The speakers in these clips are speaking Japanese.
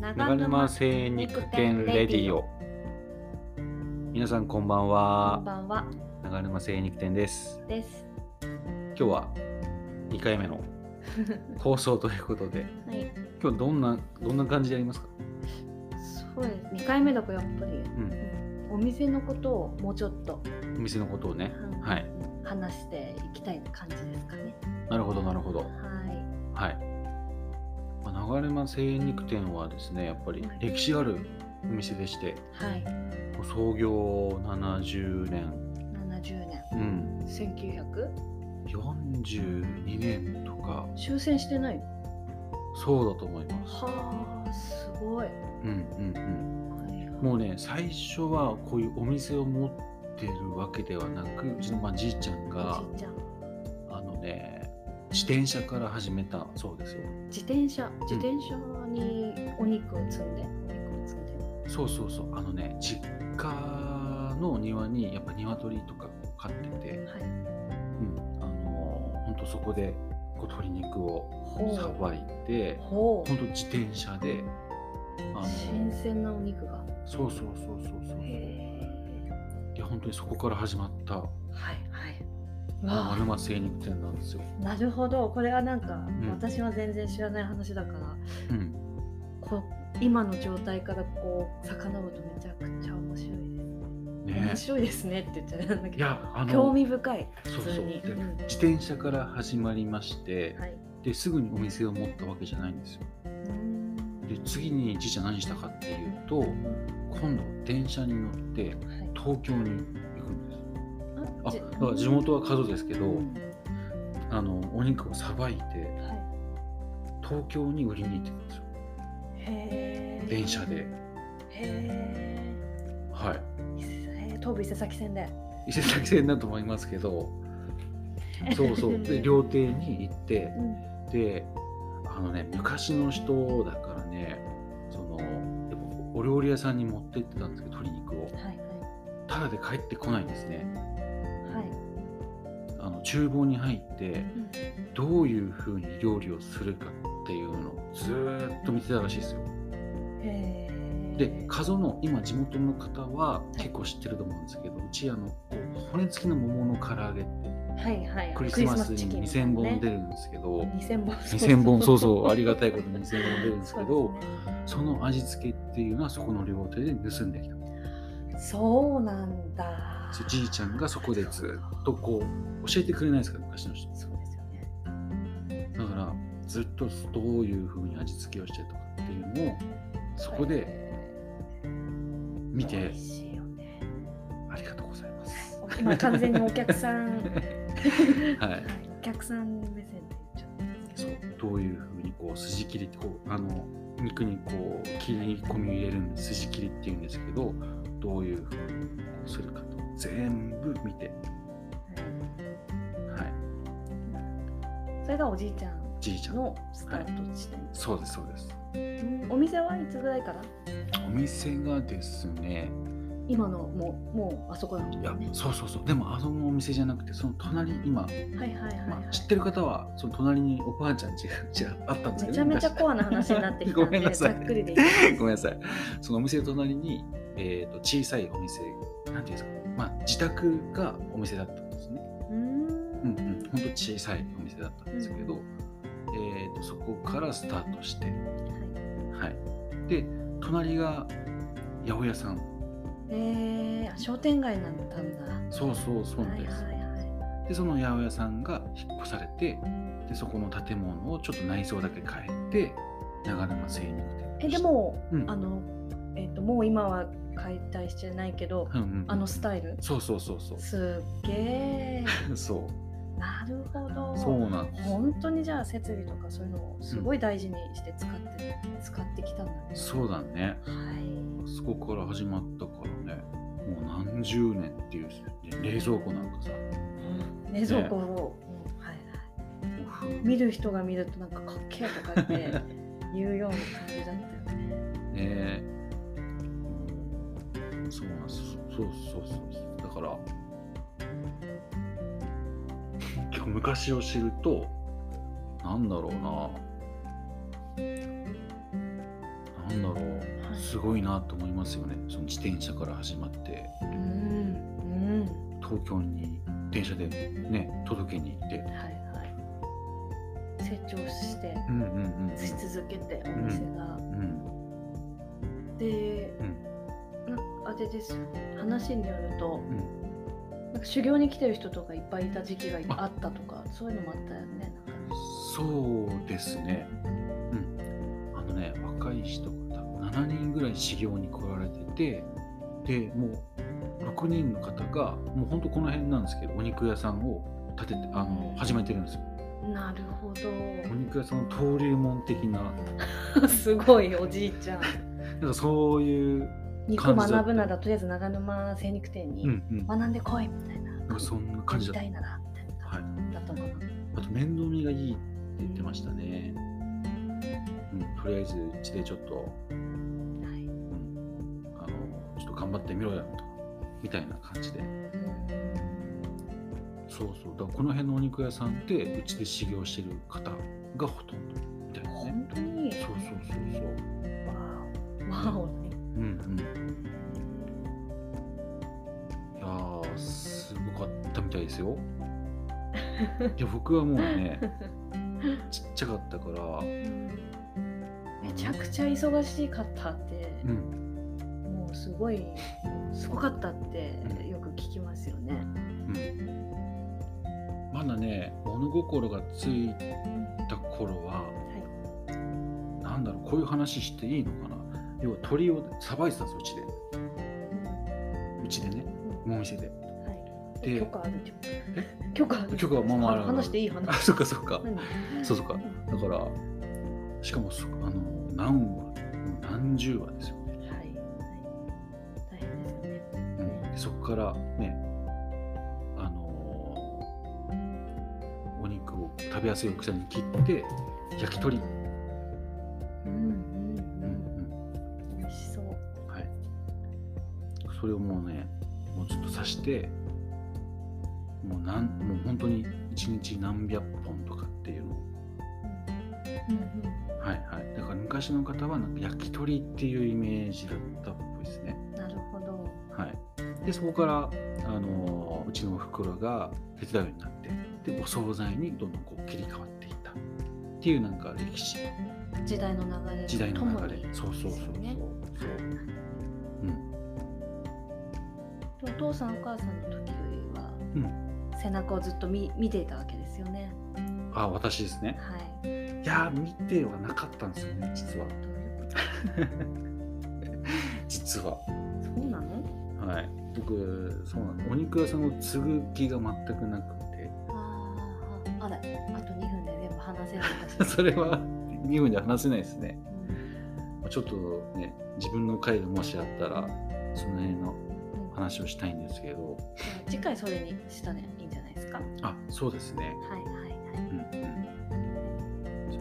長沼精肉店レディオ皆さんこんばんこはんばんは長沼精肉店ですです。今日は2回目の放送ということではい。今日どんなどんな感じでやりますかそうです。二回目だからやっぱりうんお店のことをもうちょっとお店のことをねうんはい話していきたい感じですかね。なるほどなるほどははいまあ長沼精肉店はですねやっぱり歴史あるお店でしてい。はい。もう創業70年七十年。うん千九百？ 42年とか終戦してない。そうだと思いますはあ、すごい。はうんうんいうん、もうね最初はこういうお店を持ってるわけではなくうちのまあじいちゃんがおじいちゃん。あのね自転車から始めたそうですよ自転車、自転車にお肉を積んで、お肉を積んで。そうそうそうあのね実家の庭にやっぱ鶏とか飼ってて、はい。うん、あのほんとそこでこう鶏肉をさほばいてう。ほうほんと自転車であの新鮮なお肉が。そうそうそうそうそうへいえ。や本当にそこから始まったはいはい。マわルマ精肉店なんですよ、あ、なるほど。これはなんか、ん私は全然知らない話だから、うん、こう今の状態からこう遡るとめちゃくちゃ面白いです。ね面、白いですねって言っちゃうんだけいど。やあの興味深い。そう普そ通うに。でうん自転車から始まりまして、はい。ですぐにお店を持ったわけじゃないんですようんで次にじいちゃん何したかっていうと今度電車に乗ってはい東京に行くんですあじだから地元は数ですけど、うんあのお肉をさばいては東京に売りに行ってたんですよいへえ。電車でへはいー伊勢へー東武伊勢崎線で。伊勢崎線だと思いますけど そうそうで料亭に行ってうんであのね昔の人だからねそのやっぱお料理屋さんに持ってってたんですけど鶏肉をはいただで帰ってこないんですねはいはい。あの厨房に入ってうんどういう風に料理をするかっていうのをずーっと見てたらしいですよへーで加須の今地元の方は結構知ってると思うんですけどうちあのこう骨付きの桃の唐揚げってはいはい、クリスマスチキンにみたいな2000本ね出るんですけど2000本2000本そうそうありがたいことに2000本出るんですけどそうですその味付けっていうのはそこの料亭で盗んできたねそうなんだそうじいちゃんがそこでずっとこう教えてくれないですから昔の人そうですよねだからずっとどういうふうに味付けをしてとかっていうのをそこで見て、美味しいよねありがとうございます今完全にお客さ んはいお客さん目線でちょっそうどういうふうにこう筋切りってこうあの肉にこう切り込みを入れるんで筋切りっていうんですけどどういうふうにこうするかと全部見てと、ははいい、それがおじいちゃんじいちゃんのスタート地点、そうですそうですうんお店はいつぐらいからお店がですね今のもうもうあそこだもんいねやはいそうそうそうでもあのお店じゃなくてその隣今、はいはいはい、まあ、知ってる方はその隣におばあちゃんちがちがあったんですめけどちゃめちゃコアな話になってきた ごんめんなで、さざいっくりでいいです昔 ごめんなさいそのお店の隣に、えー、と小さいお店なんていうんですかまあ自宅がお店だったんですねうーんうんうんほんと小さいお店だったんですけど、えー、とそこからスタートしてはいはいで隣が八百屋さんえー、商店街なんだんだ。そうそうそうなんです、はいはいはい。でその八百屋さんが引っ越されてでそこの建物をちょっと内装だけ変えて長沼精肉店えで、も、うんあのえっ、ともう今は解体してないけど、うんうんうんあのスタイル。そうそうそうそすっげえ。うそうなるほど。そうなんです本当にじゃあ設備とかそういうのをすごい大事にして使って、使ってきたんだね。そうだねはい。そこから始まったからねもう何十年っていうで冷蔵庫なんかさも冷蔵庫を、うんはいはうふい。見る人が見るとなんかかっけえとかって 言うような感じだったよね。ねうんそうなんですそうそうそうそうだから 今日昔を知るとなんだろうななんなんだろうはいすごいなと思いますよねその自転車から始まってうんうん東京に電車でね届けに行って、はいはい成長してうんうんうんし続けてお店が、うんで、なあれですよね話によるとなんか修行に来てる人とかいっぱいいた時期があったとかそういうのもあったよねそうですね、うん、あのね若い人が多分7人ぐらい修行に来られててでもう6人の方がもうほんとこの辺なんですけどお肉屋さんを建ててあの始めてるんですよなるほお肉屋さんの登竜門的など すごいおじいちゃんなんかそういう、肉を学ぶならとりあえず長沼精肉店うんにうん、学んでこいみたいな、なんかそんな感じみだたっいならみたいなた。はいだったのかなあと面倒見がいいって言ってましたね。うん、とりあえずうちでちょっと、はいうん、あのちょっと頑張ってみろよとみたいな感じで。そうそう。だからこの辺のお肉屋さんってうちで修行してる方がほとんどみたいなね。本当にそうそうそうそう。わおわおねうんうん。いやーすごかったみたいです よ。いや僕はもうねちっちゃかったから。めちゃくちゃ忙しかったって、うん。もうすごいすごかったってうんよく聞きますよね。うん、まだね物心がついた頃は、なんだろうこういう話していいのかな要は鳥をさばいてたんですうちでうちでねお店ではい、で許可ある許可ある許可はまあまあある話していい あ話そっかそっか何そうそうかだからしかもそあの何話何十話ですよね、はい、はい、大変ですよね。うん、でそこからねあのーお肉を食べやすい大きさに切って焼き鳥、うんうんううん、ん、美味しそう。はい、それをもうねもうちょっと刺してもうなんもう本当に一日何百本とかっていうのをうんはいはいだから昔の方はなんか焼き鳥っていうイメージだったっぽいですねうん、なるほど。はいでそこから、あのーうちのおふくろが手伝うようになってでお惣菜にどんどんこう切り替わっていったっていうなんか歴史時代の流れ時代とのも流にれそうそうそうそでうすよそううおん父さんお母さんの時よりは、背中をずっと見見ていたわけですよね。あ私ですねはい。いやー見てはなかったんですよね実はどういうこと実はそうなの？はい僕そうなんですお肉屋さんを継ぐ気が全くなくて あーあら、あと2分で全部話せるのかし そら。れは2分で話せないですねうんちょっとね自分の回がもしあったらその辺のうん話をしたいんですけどじゃあ次回それにしたらいいんじゃないですか。はいあそうですねはいはい。うんうんそ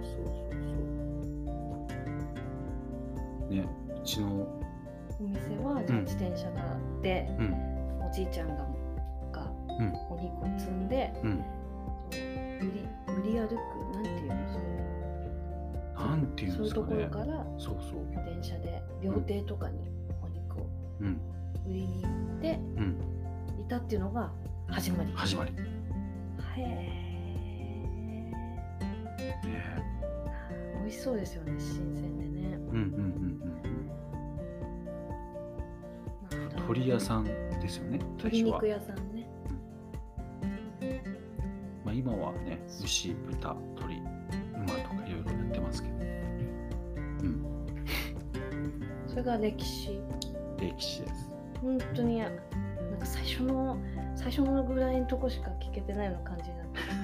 うそうそうそうねうちのお店はじゃあうん自転車がで、うんおじいちゃんがが、うんお肉を積んで、うんそう売り売り歩くなんていうのそういうなんていうんそういでうすとかころねからそうそう電車で料亭とかにお肉をうん売りに行ってうんいたっていうのが始まり。始まりねへえ。美味しそうですよね新鮮でね。うんうんうんうんうんなんだろう鳥屋さんですよね最鶏初は肉、屋さんね。まあ、今はね牛豚鳥馬とかいろいろやってますけどそれが歴史。歴史です本当になんか最初の最初のぐらいのとこしか聞けてないような感じ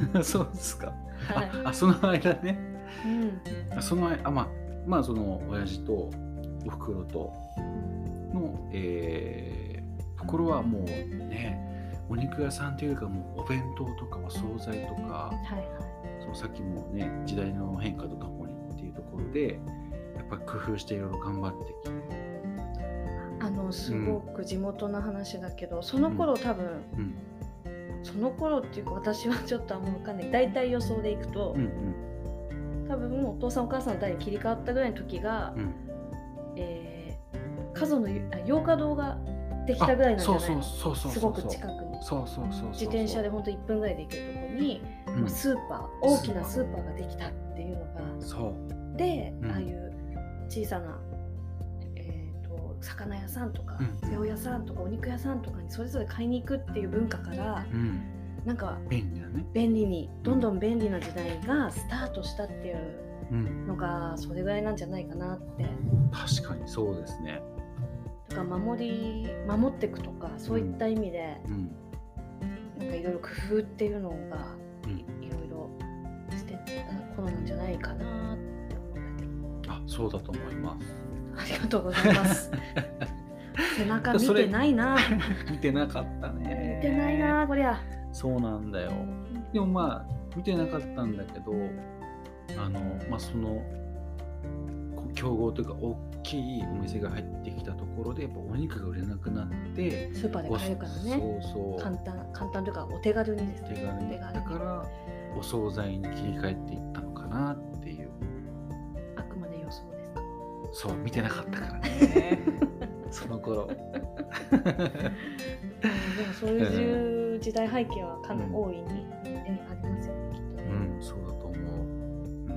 になっそうです か、て。 はい。ああその間ねうん。あその間あまあまあその親父とおふくろとのえーところはもうねお肉屋さんというよりかもうお弁当とかお惣菜とかはいはい。そうさっきもね時代の変化とかもにっていうところでやっぱ工夫していろいろ頑張ってきてあのすごく地元の話だけど、その頃多分、うんその頃っていうか私はちょっとあんま分かんない大体予想でいくと、うん多分もうお父さんお母さんの代に切り替わったぐらいの時がうんうんえー、カゾのゆあ洋華堂ができたぐらいなんじゃそなういそうのそうそうそうすごく近くにそうそうそうそう自転車でほんと1分ぐらいで行けるとこに、うん、まあ、スーパー大きなスーパーができたっていうのがそうで、うんああいう小さな、えー、と魚屋さんとかうん八百屋さんとかお肉屋さんとかにそれぞれ買いに行くっていう文化からうんなんか便利だね便利にどんどん便利な時代がスタートしたっていううんのがそれぐらいなんじゃないかなって確かにそうですねとか守り守っていくとかそういった意味で、うんなんかいろいろ工夫っていうのがうんいろいろしてた頃なんじゃないかなって思うんだけどあそうだと思います ありがとうございます背中見てないな見てなかったね見てないなこりゃそうなんだよでもまあ見てなかったんだけどあのまあそのこう競合というか大きいお店が入ってきたところでやっぱお肉が売れなくなってスーパーで買えるからねそうそう簡単簡単というかお手軽にです手ね軽に手軽にだからお惣菜に切り替えていったのかなっていうあくまで予想ですかそう見てなかったからねその頃 でもそういう時代背景はかなり大いに、えありますよねきっとね、うんそうだと思う、うんで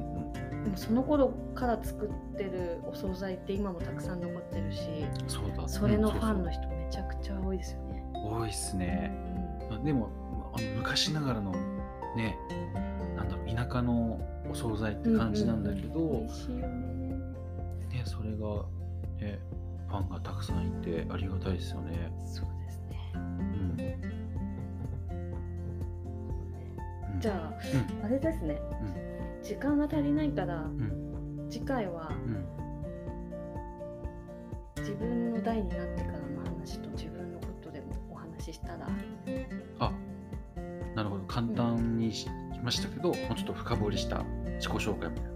もその頃から作ってるお惣菜って今もたくさん残ってるしうん、そうだそれのうんフうァうンの人めちゃくちゃ多いですよね、多いっすねうんあでもあの昔ながらのねなんだろう田舎のお惣菜って感じなんだけど、う美味しいよねね、それが、ね、ファンがたくさんいてありがたいですよね、そうですねうんうん、じあ、ゃあ、あれですね、時間が足りないから、次回はうん、自分の代になってからの話と自分のことでもお話ししたらあなるほど簡単にしましたけど、もうちょっと深掘りした自己紹介みたいな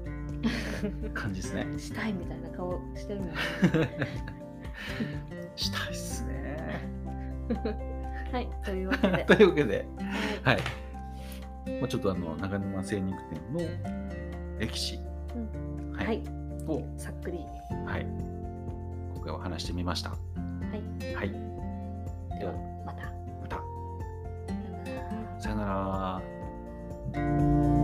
感じですねしたいみたいな顔して るのよしたいっすねはいというわけで というわけではいはい。もうちょっとあの長沼精肉店の歴史、ははい、を、さっくりはい、今回は話してみました。はい。はい。ではまたまたさよならさよなら。 「